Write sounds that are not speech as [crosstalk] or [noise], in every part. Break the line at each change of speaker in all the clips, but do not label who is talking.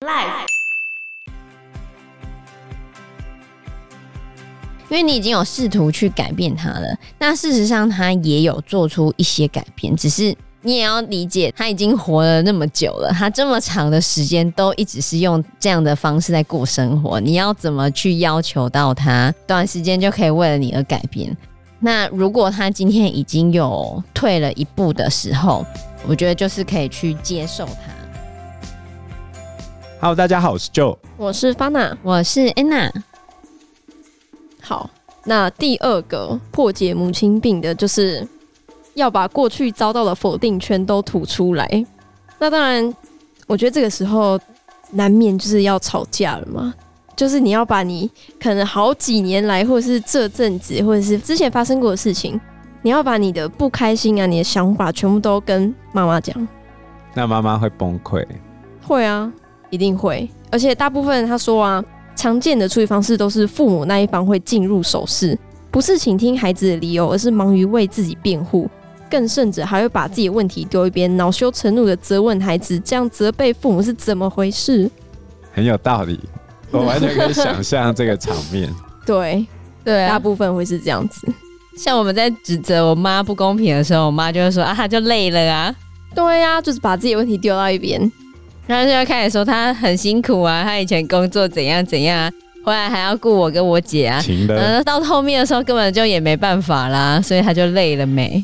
Life，
因为你已经有试图去改变他了，那事实上他也有做出一些改变，只是你也要理解，他已经活了那么久了，他这么长的时间都一直是用这样的方式在过生活，你要怎么去要求到他短时间就可以为了你而改变？那如果他今天已经有退了一步的时候，我觉得就是可以去接受他。
Hello，大家好，我是 Joe。
我是 Fana。
我是 Anna，
好，那第二个破解母亲病的就是要把过去遭到的否定全都吐出来。那当然，我觉得这个时候难免就是要吵架了嘛。就是你要把你可能好几年来，或者是这阵子，或者是之前发生过的事情，你要把你的不开心啊、你的想法全部都跟妈妈讲。
那妈妈会崩溃，
会啊，一定会。而且大部分他说啊，常见的处理方式都是父母那一方会进入手势，不是倾听孩子的理由，而是忙于为自己辩护，更甚者还会把自己的问题丢一边，恼羞成怒的责问孩子，这样责备父母是怎么回事？
很有道理。我完全可以想象这个场
[laughs]
面。
对，啊
对
大部分会是这样子。
像我们在指责我妈不公平的时候，我妈就会说啊，她就累了啊，
对啊，就是把自己的问题丢到一边。
然后就会开始说她很辛苦啊，她以前工作怎样怎样啊，后来还要顾我跟我姐啊，
情的，
呃
嗯、到后面的时候根本就也没办法啦，所以她就累了没？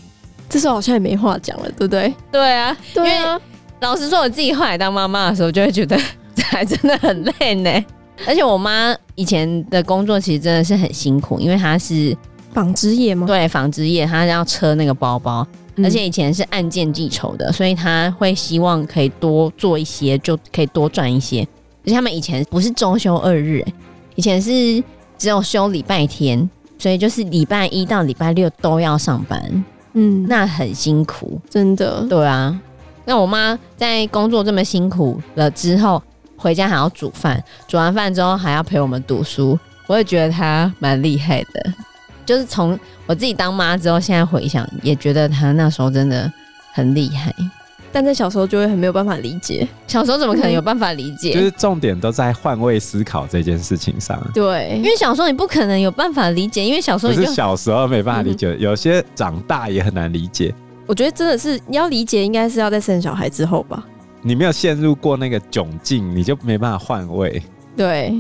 这时候好像也没话讲了，对不对？
对啊，
对啊，
老实说，我自己后来当妈妈的时候，就会觉得这还真的很累呢。而且我妈以前的工作其实真的是很辛苦，因为她是
纺织业吗？
对纺织业，她要车那个包包，
嗯
而且以前是按件计酬的，所以他会希望可以多做一些，就可以多赚一些。而且他们以前不是周休二日、欸以前是只有休礼拜天，所以就是礼拜一到礼拜六都要上班，
嗯，那
那很辛苦。
真的
对啊，那我妈在工作这么辛苦了之后，回家还要煮饭，煮完饭之后还要陪我们读书，我也觉得她蛮厉害的。就是从我自己当妈之后，现在回想，也觉得她那时候真的很厉害。
但在小时候就会很没有办法理解。
小时候怎么可能有办法理解？
就是重点都在换位思考这件事情上。
对
因，为小时候你不可能有办法理解，因为小时
不
候你
是
就
小时候没办法理
嗯
解，有些长大也很难理解。
我觉得真的是你要理解，应该是要在生小孩之后吧。
你没有陷入过那个窘境，你就没办法换位。
对，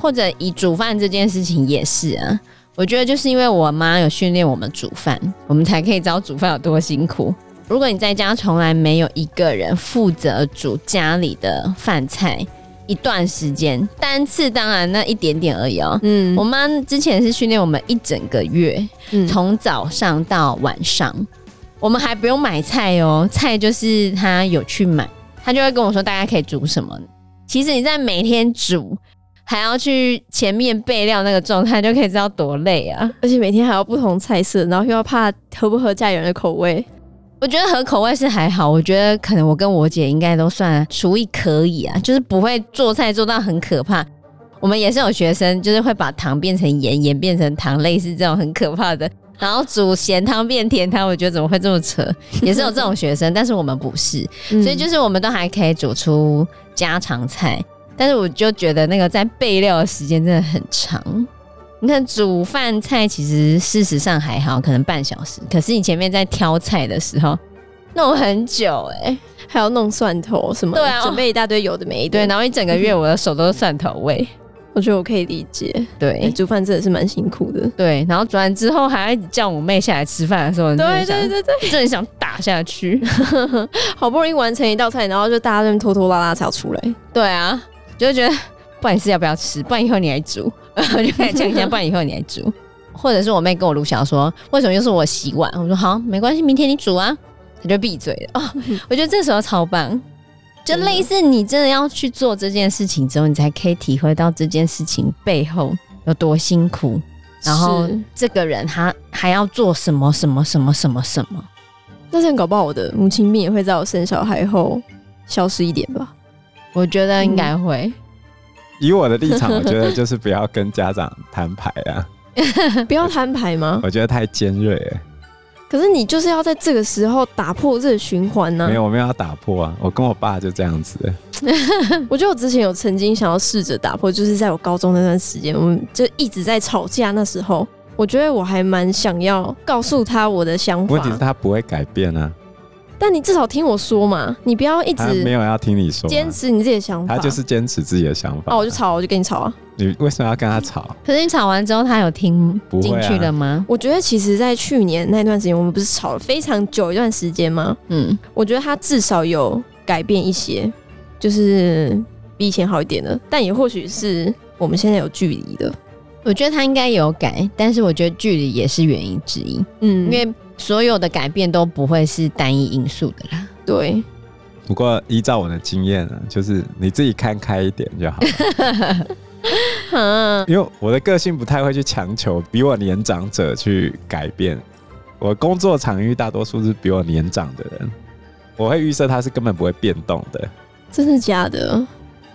或者以煮饭这件事情也是啊。我觉得就是因为我妈有训练我们煮饭，我们才可以知道煮饭有多辛苦。如果你在家从来没有一个人负责煮家里的饭菜一段时间，单次当然那一点点而已哦。
嗯
我妈之前是训练我们一整个月，
嗯
从早上到晚上，我们还不用买菜哦，菜就是他有去买，他就会跟我说大概可以煮什么。其实你在每天煮，还要去前面备料那个状态，就可以知道多累啊。
而且每天还要不同菜色，然后又要怕合不合家里人的口味。
我觉得合口味是还好，我觉得可能我跟我姐应该都算厨艺可以啊，就是不会做菜做到很可怕。我们也是有学生，就是会把糖变成盐，盐变成糖，类似这种很可怕的。然后煮咸汤变甜汤，我觉得怎么会这么扯？也是有这种学生，但是我们不是，
嗯
所以就是是我们都还可以煮出家常菜，但是我就觉得那个在备料的时间真的很长。你看煮饭菜其实事实上还好，可能半小时，可是你前面在挑菜的时候弄很久哎、 [laughs]
还要弄蒜头什么，
对啊
准备一大堆有的没
对，
的。
然后一整个月我的手都是蒜头味，
我觉得我可以理解，哎
[laughs] 对
煮饭真的是蛮辛苦的。
对，然后煮完之后还要一直叫我妹下来吃饭的时候，你真的想
对对，
真的想打下去。
好不容易完成一道菜，然后就大家在那边拖拖拉拉才要出来。
对啊，就会觉得不管是要不要吃，不然以后你来煮， [laughs] 我就开始呛一下，不然以后你来煮。或者是我妹跟我卢晓说，为什么又是我洗碗？我说好，没关系，明天你煮啊，她就闭嘴了。哦，我觉得这时候超棒，就
真的
类似你真的要去做这件事情之后，你才可以体会到这件事情背后有多辛苦，然后
是
这个人他还要做什么什么什么什么什么。
那这样搞不好我的母亲病也会在我生小孩后消失一点 [laughs] 吧。
我觉得应该会，
以我的立场，我觉得就是不要跟家长摊牌啊，
不要摊牌吗？
我觉得太尖锐了。
可是你就是要在这个时候打破这个循环呢、
没有，我没有要打破啊，我跟我爸就这样子了。
我觉得我之前有曾经想要试着打破，就是在我高中那段时间，我们就一直在吵架。那时候，我觉得我还蛮想要告诉他我的想
问题是
法，
他不会改变啊，
但你至少听我说嘛，你不要一
他没
直
有要听你说啊、
坚持你自己的想法。
他就是坚持自己的想法。
啊，我就吵，我就跟你吵啊。
你为什么要跟他吵？
可是你吵完之后，他有听
不会
进
啊
去了吗？
我觉得其实，在去年那段时间，我们不是吵了非常久一段时间吗？
嗯，
我觉得他至少有改变一些，就是比以前好一点了，但也或许是我们现在有距离的。
我觉得他应该有改，但是我觉得距离也是原因之一，
嗯
因为所有的改变都不会是单一因素的啦。
对，
不过依照我的经验啊，就是你自己看开一点
[laughs]
就好了。
哈，
因为我的个性不太会去强求比我年长者去改变。我工作场域大多数是比我年长的人，我会预设他是根本不会变动的。
真的假的？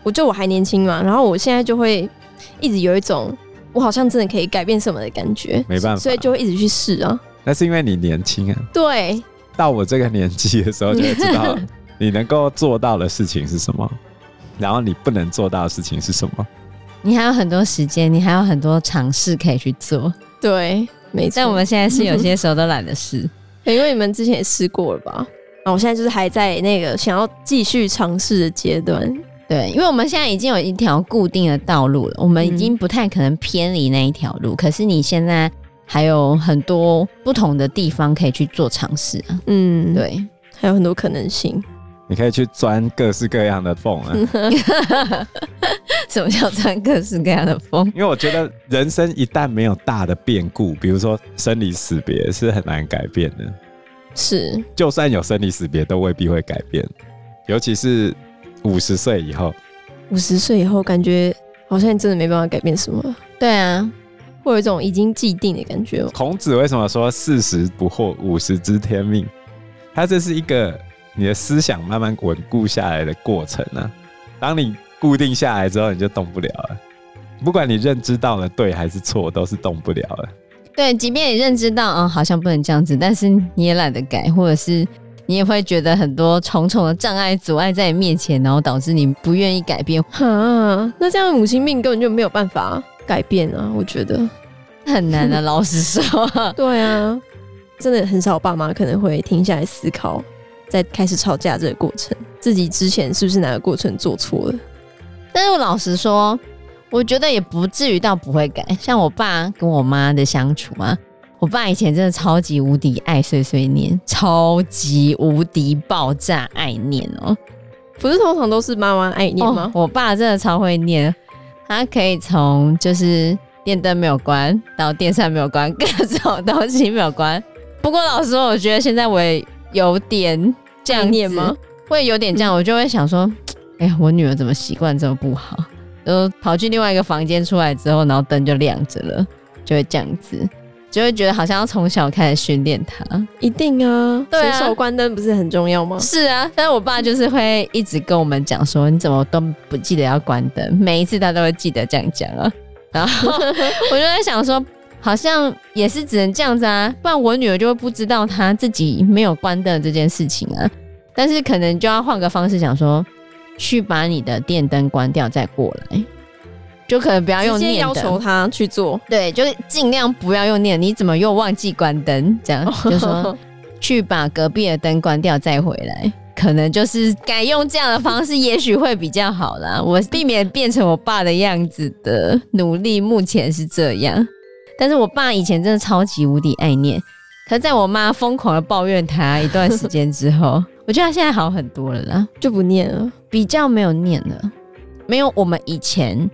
我就我还年轻嘛，然后我现在就会一直有一种我好像真的可以改变什么的感觉，
没办法
所以就会一直去试啊。
那是因为你年轻啊，
对，
到我这个年纪的时候就会知
[laughs]
道你能够做到的事情是什么，然后你不能做到的事情是什么。
你还有很多时间，你还有很多尝试可以去做，
对，没错。
但我们现在是有些时候都懒得试。
因为你们之前也试过了吧？啊，我现在就是还在那个想要继续尝试的阶段。
[laughs] 对，因为我们现在已经有一条固定的道路了，我们已经不太可能偏离那一条路。可是你现在还有很多不同的地方可以去做尝试啊。
嗯，，
对， [laughs]
还有很多可能性。
你可以去钻各式各样的缝啊，
什么叫穿各式各样的风？
因为我觉得人生一旦没有大的变故，比如说生离死别，是很难改变的。
是，
就算有生离死别，都未必会改变，尤其是五十岁以后。
五十岁以后，感觉好像真的没办法改变什么了，
对啊，
会有一种已经既定的感觉哦。
孔子为什么说四十不惑，五十知天命？他这是一个你的思想慢慢稳固下来的过程啊。当你固定下来之后，你就动不了了。不管你认知到了对还是错，都是动不了了。
对，即便你认知到，嗯，好像不能这样子，但是你也懒得改，或者是你也会觉得很多重重的障碍阻碍在你面前，然后导致你不愿意改变，
哈，那这样母亲病根本就没有办法改变啊，我觉得。
很难的、老实说，
对啊，真的很少爸妈可能会停下来思考，在开始吵架这个过程，自己之前是不是哪个过程做错了？
但是我老实说，我觉得也不至于到不会改。像我爸跟我妈的相处啊，我爸以前真的超级无敌爱碎碎念，超级无敌爆炸爱念哦。
不是通常都是妈妈爱念
哦
吗？
我爸真的超会念，他可以从就是电灯没有关到电扇没有关，各种东西没有关。不过老实说，我觉得现在我也有点这样
爱
子
念吗？？
会有点这样，我就会想说，哎呀，我女儿怎么习惯这么不好？然后跑去另外一个房间出来之后，然后灯就亮着了，就会这样子，就会觉得好像要从小开始训练她。
一定啊，
对啊
随手关灯不是很重要吗？
是啊，但是我爸就是会一直跟我们讲说，你怎么都不记得要关灯，每一次他都会记得这样讲啊。然后我就在想说，好像也是只能这样子啊，不然我女儿就会不知道她自己没有关灯这件事情啊。但是可能就要换个方式想说，去把你的电灯关掉再过来，就可能不要
直
用
接
念
要
的
求。他去做，
对，就是尽量不要用念。你怎么又忘记关灯？这
[laughs]
样
哦
就说去把隔壁的灯关掉再回来，可能就是改用这样的方式，也许会比较好啦。我避免变成我爸的样子的努力，目前是这样。但是我爸以前真的超级无敌爱念，可是在我妈疯狂的抱怨他一段时间之后， [laughs] 我觉得他现在好很多了啦，
就不念了。
比较没有念了，没有我们以前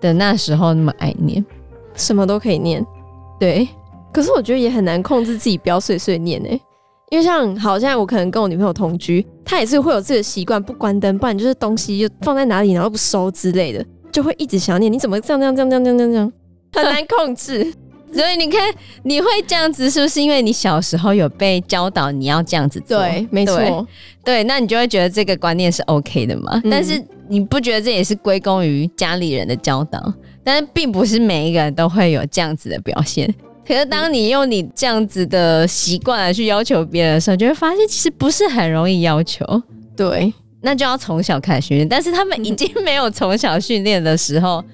的那时候那么爱念。
什么都可以念。
对，
可是我觉得也很难控制自己不要碎碎念哎、因为像好，现在我可能跟我女朋友同居，她也是会有自己的习惯，不关灯，不然就是东西就放在哪里，然后不收之类的，就会一直想念你怎么这样这样这样这样这样这样，这样很难控制。
所以你看，你会这样子，是不是因为你小时候有被教导你要这样子做？
对，没错，
对对，那你就会觉得这个观念是 OK 的嘛？
嗯
但是你不觉得这也是归功于家里人的教导？但是并不是每一个人都会有这样子的表现，可是当你用你这样子的习惯来去要求别人的时候，你就会发现其实不是很容易要求，
对，
那就要从小开始训练。但是他们已经没有从小训练的时
[laughs]
候，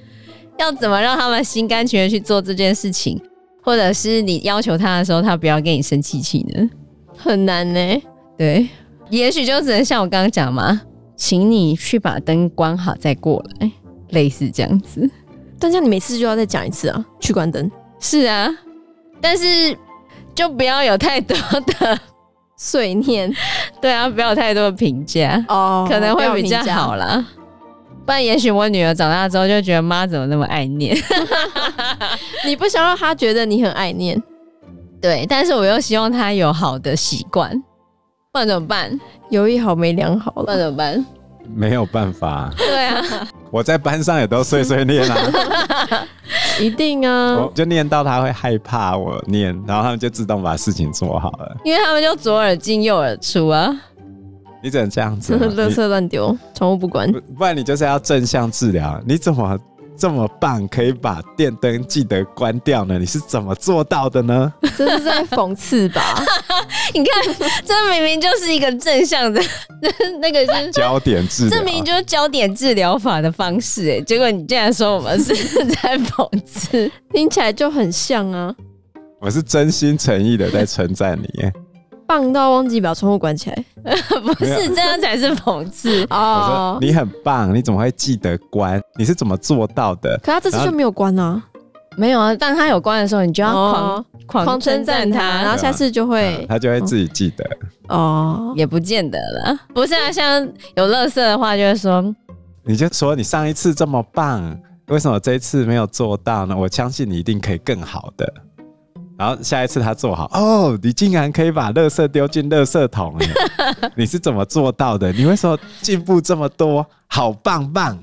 要怎么让他们心甘情愿去做这件事情，或者是你要求他的时候，他不要跟你生气气呢？
很难呢、
对，也许就只能像我刚刚讲嘛，请你去把灯关好再过来，类似这样子。
但这样你每次就要再讲一次啊，去关灯。
是啊，但是就不要有太多的， [laughs]
碎念
对啊，不要有太多的评价，
哦
可能会比较好。啦。不然，也许我女儿长大之后就觉得妈怎么那么爱念。
你不想让他觉得你很爱念，
[laughs] 对，但是我又希望她有好的习惯，不然怎么办？
有一好没两好
不然
了。
怎么办？
没有办法、
对啊，
我在班上也都碎碎念啊，
一定啊
我，就念到他会害怕我念，然后他们就自动把事情做好了。
因为他们就左耳进右耳出啊。
你只能这样子嘛，啊
垃
你
圾乱丢，宠物不管。
不不然你就是要正向治疗。你怎么这么棒，可以把电灯记得关掉呢？你是怎么做到的呢？
这是在讽刺 [laughs] 吧？
[laughs] 你看，这明明就是一个正向的， [laughs] 那个是
焦点治疗，啊
这明明就是焦点治疗法的方式哎，结果你竟然说我们是在讽刺，
听起来就很像啊，
我是真心诚意的在称赞你耶。
棒到忘记把窗户关起来
[laughs] 不
没
是
有
这样才是讽刺。
我说
哦。
你很棒，你怎么会记得关？你是怎么做到的？
可他这次就没有关啊，
没有啊，当他有关的时候，你就要狂、
哦
狂称赞
然
他，
后下次就
嗯
会
他就会自己记得。
哦，
也不见得了。不是啊，像有乐色的话，就会说
你就说你上一次这么棒，为什么这一次没有做到呢？我相信你一定可以更好的。然后下一次他做好，哦，你竟然可以把垃圾丢进垃圾桶，哎你是怎么做到的？你为什么进步这么多？好棒棒！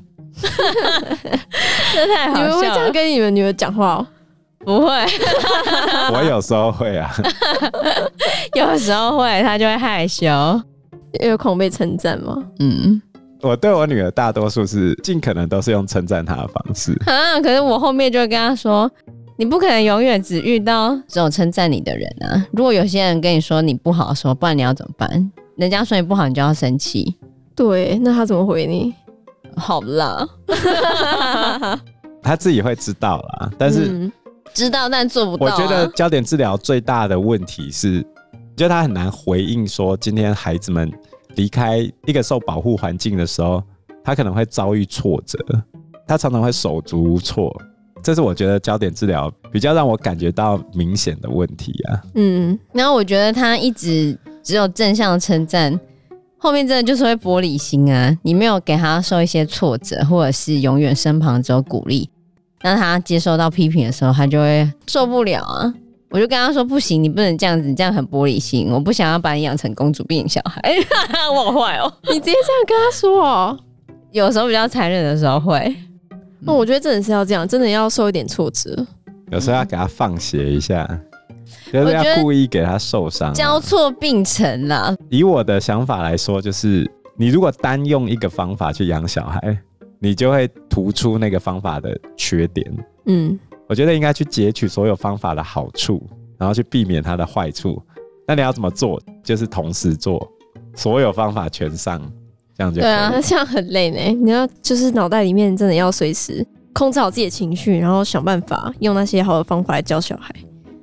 这太
你
好
们会
笑
这
了
样，跟你们女儿讲话哦？
不会，
我有时候会啊，
有时候会，他就会害羞。
有恐被称赞吗？
嗯
我对我女儿大多数是尽可能都是用称赞她的方式。
啊，可是我后面就会跟他说。你不可能永远只遇到只有称赞你的人啊！如果有些人跟你说你不好的时候，不然你要怎么办？人家说你不好，你就要生气。
对，那他怎么回你？
好啦，
她自己会知道啦，但是
嗯
知道但做不到、
我
啊。
觉得焦点治疗最大的问题是，我觉得他很难回应说，今天孩子们离开一个受保护环境的时候，他可能会遭遇挫折，他常常会手足无措。这是我觉得焦点治疗比较让我感觉到明显的问题啊。
嗯，
然后我觉得他一直只有正向的称赞，后面真的就是会玻璃心啊！你没有给他受一些挫折，或者是永远身旁只有鼓励，那他接受到批评的时候，他就会受不了啊！我就跟他说：“不行，你不能这样子，你这样很玻璃心，我不想要把你养成公主病小孩。” [laughs] 我好坏哦，
你直接这样跟他说哦。
有时候比较残忍的时候会，
嗯
那我觉得真的是要这样，真的要受一点挫折。
有时候要给他放血一下，就是
我觉
要
得
故意给他受伤、
交
啊。
错并存啦。
以我的想法来说，就是你如果单用一个方法去养小孩，你就会突出那个方法的缺点。
嗯，
我觉得应该去截取所有方法的好处，然后去避免它的坏处。那你要怎么做？就是同时做，所有方法全上，这样就可以
对啊
那这样很累呢。你要就是脑袋里面真的要随时控制好自己的情绪，然后想办法用那些好的方法来教小孩。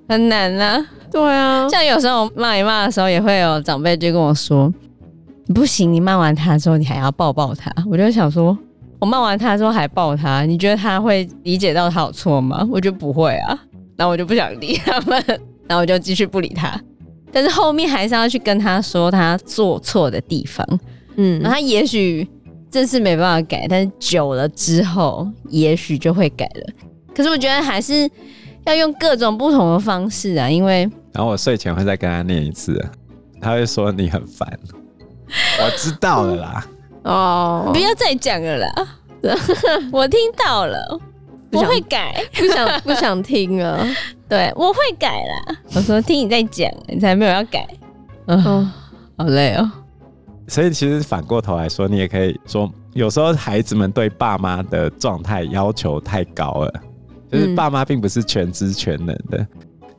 很难啊。
对啊，
像有时候我骂一骂的时候，也会有长辈就跟我说：“不行，你骂完他之后，你还要抱抱他。”我就想说，我骂完他之后还抱他，你觉得他会理解到他有错吗？我觉得不会啊。然后我就不想理他们， [laughs] 然后我就继续不理他。但是后面还是要去跟他说他做错的地方，
嗯
然后他也许这次没办法改，但是久了之后，也许就会改了。可是我觉得还是要用各种不同的方式啊，因为
然后我睡前会再跟他念一次，他会说你很烦。我知道了啦，
哦，
不要再讲了啦， [laughs] 我听到了，
不
我
想
会改，
不想不想听了。
对我会改啦。我说听你在讲，你才没有要改，
[laughs] 哦，
嗯好累哦。
所以其实反过头来说，你也可以说，有时候孩子们对爸妈的状态要求太高了，就是
嗯
爸妈并不是全知全能的。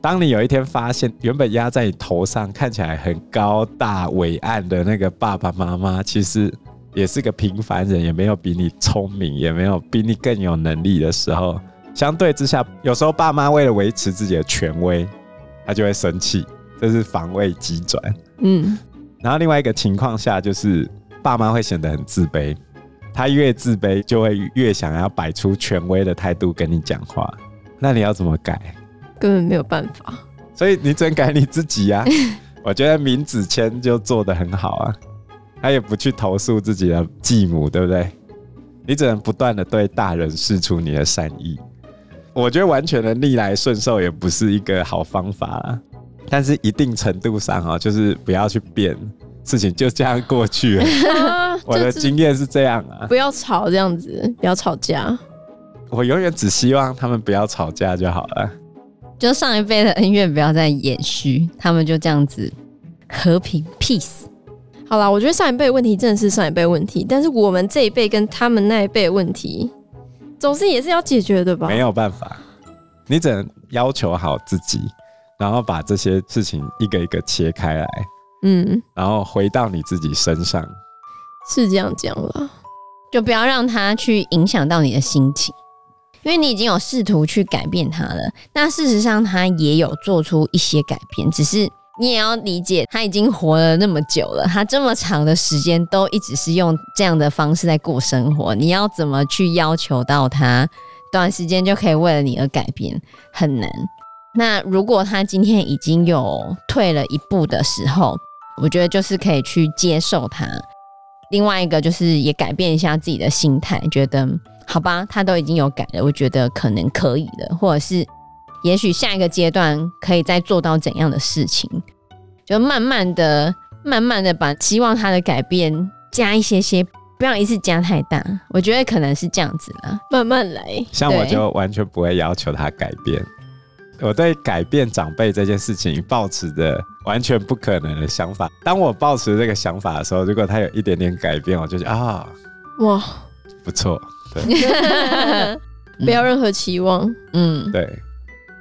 当你有一天发现，原本压在你头上看起来很高大伟岸的那个爸爸妈妈，其实也是个平凡人，也没有比你聪明，也没有比你更有能力的时候，相对之下，有时候爸妈为了维持自己的权威，他就会生气，这是防卫机转。
嗯，
然后另外一个情况下，就是爸妈会显得很自卑，他越自卑就会越想要摆出权威的态度跟你讲话，那你要怎么改？
根本没有办法。
所以你只能改你自己啊。我觉得闵子骞就做得很好啊，他也不去投诉自己的继母，对不对？你只能不断的对大人示出你的善意。我觉得完全的逆来顺受也不是一个好方法啦，但是一定程度上啊、就是不要去变事情，就这样过去了。
[laughs] 啊
我的
就是
经验是这样啊，
不要吵这样子，不要吵架。
我永远只希望他们不要吵架就好了。
就上一辈的恩怨不要再延续，他们就这样子和平 peace。
好啦，我觉得上一辈的问题真的是上一辈的问题，但是我们这一辈跟他们那一辈的问题，总是也是要解决 [laughs] 的吧？
没有办法，你只能要求好自己，然后把这些事情一个一个切开来，
嗯，
然后回到你自己身上。
是这样讲啦。
就不要让它去影响到你的心情，因为你已经有试图去改变它了。那事实上，他也有做出一些改变，只是你也要理解，他已经活了那么久了，他这么长的时间都一直是用这样的方式在过生活。你要怎么去要求到他短时间就可以为了你而改变，很难。那如果他今天已经有退了一步的时候，我觉得就是可以去接受他，另外一个就是也改变一下自己的心态，觉得好吧，他都已经有改了，我觉得可能可以了，或者是也许下一个阶段可以再做到怎样的事情，就慢慢的、慢慢的把希望他的改变加一些些，不要一次加太大，我觉得可能是这样子啦。
慢慢来，
像我
对
就完全不会要求他改变，我对改变长辈这件事情抱持着完全不可能的想法。当我抱持这个想法的时候，如果他有一点点改变，我就觉得啊、
哇， [laughs]
不错，
嗯不要任何期望。
嗯，
对，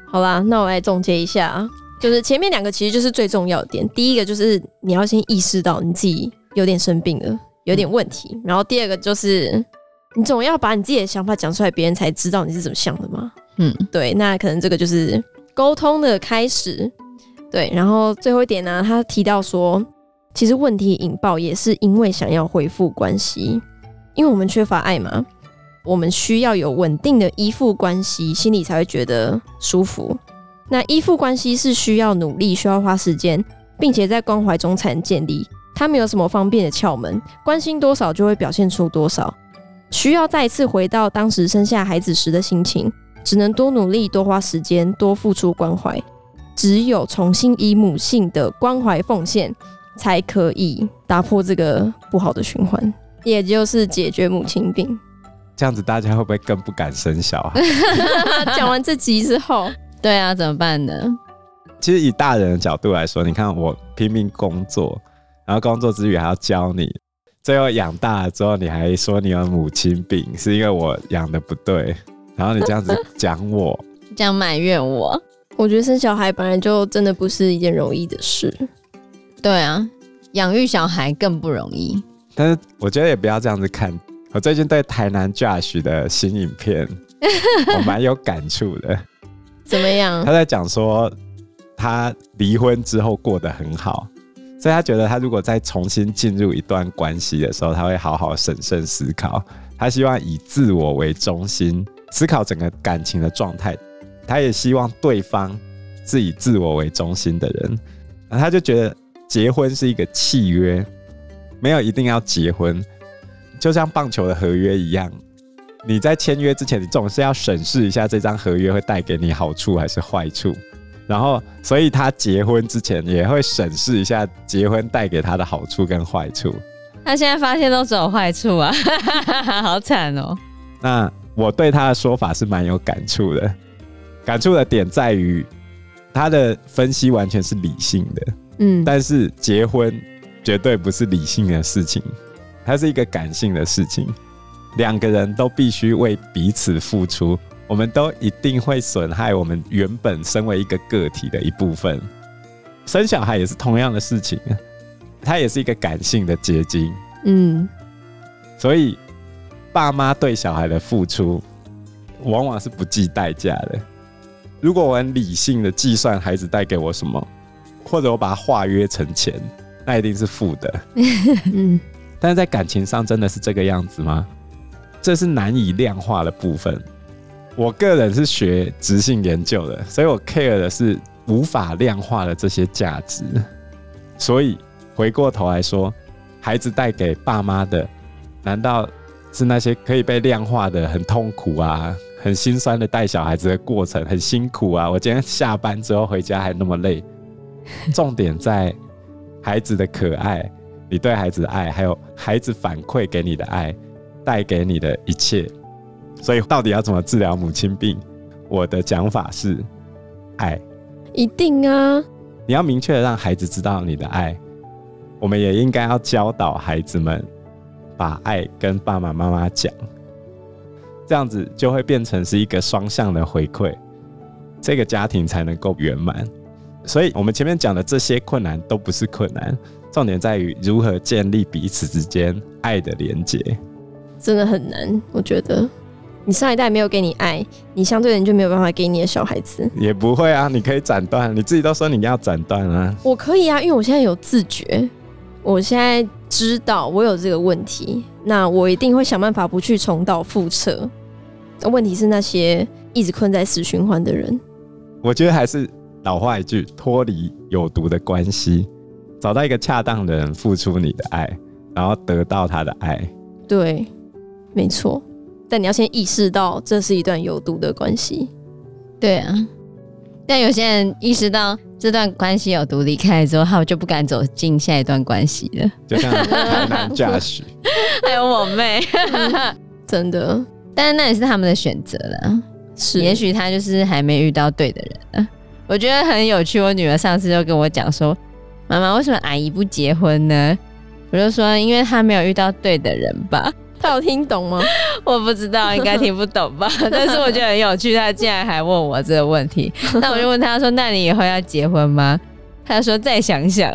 好啦，那我来总结一下啊，就是前面两个其实就是最重要的点。第一个就是你要先意识到你自己有点生病了，有点问题。然后第二个就是你总要把你自己的想法讲出来，别人才知道你是怎么想的嘛。
嗯，
对，那可能这个就是沟通的开始。对，然后最后一点呢、他提到说，其实问题引爆也是因为想要恢复关系，因为我们缺乏爱嘛，我们需要有稳定的依附关系，心里才会觉得舒服。那依附关系是需要努力，需要花时间，并且在关怀中才能建立。它没有什么方便的窍门，关心多少就会表现出多少。需要再一次回到当时生下孩子时的心情，只能多努力、多花时间、多付出关怀。只有重新以母性的关怀奉献，才可以打破这个不好的循环，也就是解决母亲病。
这样子大家会不会更不敢生小孩？
讲完这集之后， [laughs]
对啊，怎么办呢？
其实以大人的角度来说，你看我拼命工作，然后工作之余还要教你，最后养大了之后，你还说你有母亲病，是因为我养的不对，然后你这样子讲我， [laughs]
这样埋怨我？
我觉得生小孩本来就真的不是一件容易的事。
对啊， [laughs] 养育小孩更不容易。
但是我觉得也不要这样子看。我最近对台南 Josh 的新影片，我蛮有感触的。
怎么样
[laughs] 他？在讲说，他离婚之后过得很好，所以他觉得他如果再重新进入一段关系的时候，他会好好审慎思考。他希望以自我为中心思考整个感情的状态，他也希望对方是以自我为中心的人。然后他就觉得结婚是一个契约，没有一定要结婚，就像棒球的合约一样，你在签约之前，你总是要审视一下这张合约会带给你好处还是坏处。然后，所以他结婚之前也会审视一下结婚带给他的好处跟坏处。
他现在发现都只有坏处啊， [laughs] 好惨哦、
那我对他的说法是蛮有感触的，感触的点在于他的分析完全是理性的，
嗯，
但是结婚绝对不是理性的事情，它是一个感性的事情，两个人都必须为彼此付出，我们都一定会损害我们原本身为一个个体的一部分。生小孩也是同样的事情，它也是一个感性的结晶，
嗯，
所以爸妈对小孩的付出往往是不计代价的。如果我很理性的计算孩子带给我什么，或者我把它化约成钱，那一定是负的。
[laughs] 嗯，
但是在感情上真的是这个样子吗？这是难以量化的部分。我个人是学直性研究的，所以我 care 的是无法量化的这些价值。所以回过头来说，孩子带给爸妈的，难道是那些可以被量化的很痛苦啊、很心酸的带小孩子的过程很辛苦啊？我今天下班之后回家还那么累。重点在孩子的可爱，你对孩子的爱，还有孩子反馈给你的爱，带给你的一切。所以，到底要怎么治疗母亲病？我的讲法是，爱，
一定啊，
你要明确的让孩子知道你的爱。我们也应该要教导孩子们，把爱跟爸爸妈妈讲，这样子就会变成是一个双向的回馈，这个家庭才能够圆满。所以，我们前面讲的这些困难都不是困难，重点在于如何建立彼此之间爱的连接。
真的很难，我觉得。你上一代没有给你爱，你相对的你就没有办法给你的小孩子。
也不会啊，你可以斩断，你自己都说你要斩断啊。
我可以啊，因为我现在有自觉，我现在知道我有这个问题，那我一定会想办法不去重蹈覆辙。问题是那些一直困在死循环的人，
我觉得还是老话一句，脱离有毒的关系，找到一个恰当的人，付出你的爱，然后得到他的爱。
对，没错。但你要先意识到这是一段有毒的关系，
对啊，但有些人意识到这段关系有毒，离开了之后，他们就不敢走进下一段关系了。
就像台南 Josh，
还有我妹，
真的
但是那也是他们的选择了。
是。
也许他就是还没遇到对的人啊。我觉得很有趣，我女儿上次就跟我讲说：“妈妈，为什么阿姨不结婚呢？”我就说：“因为她没有遇到对的人吧。
他有听懂吗？”
我不知道，应该听不懂吧？ [laughs] 但是我觉得很有趣，她竟然还问我这个问 [laughs] 题。那我就问她说：“那你以后要结婚吗？”她说：“再想 [laughs] 想。”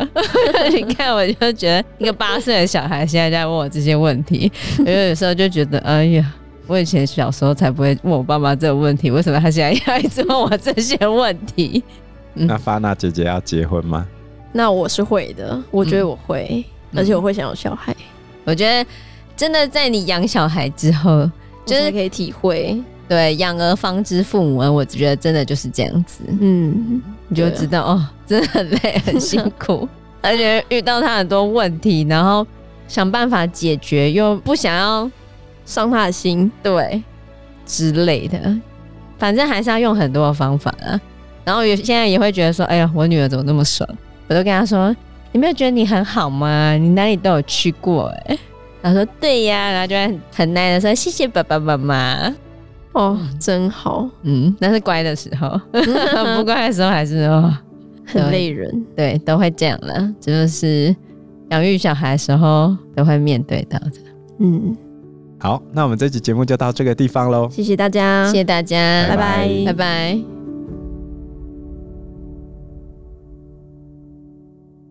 你看，我就觉得一个八岁的小孩现在在问我这些问 [laughs] 题，我就有时候就觉得，哎呀。我以前小时候才不会问我爸妈这个问题，为什么他现在要一直问我这些问题？
那发娜姐姐要结婚吗？
那我是会的，我觉得我会，
嗯
而且我会想要小孩，
[laughs] 我觉得真的在你养小孩之后，就
就是
是
可以体会。
对养儿方知父母恩，我觉得真的就是这样子，
嗯，
你就
对啊
知道、哦，真的很累，很辛苦，而且遇到他很多问题，然后想办法解决，又不想要
伤他的心，
对之类的，反正还是要用很多的方法啊。然后也现在也会觉得说，哎呀，我女儿怎么那么爽？我都跟她说，你没有觉得你很好吗？你哪里都有去过哎、她说对呀，然后就会很很耐的说谢谢爸爸妈妈。
哦，真好，
嗯，那是乖的时候，不乖的时候还是 [laughs] 哦，
很累人。
对，都会这样了。这就是养育小孩的时候都会面对到的。
嗯，
好，那我们这期节目就到这个地方喽。
谢谢大家，
谢谢大家，
嗯拜拜
拜拜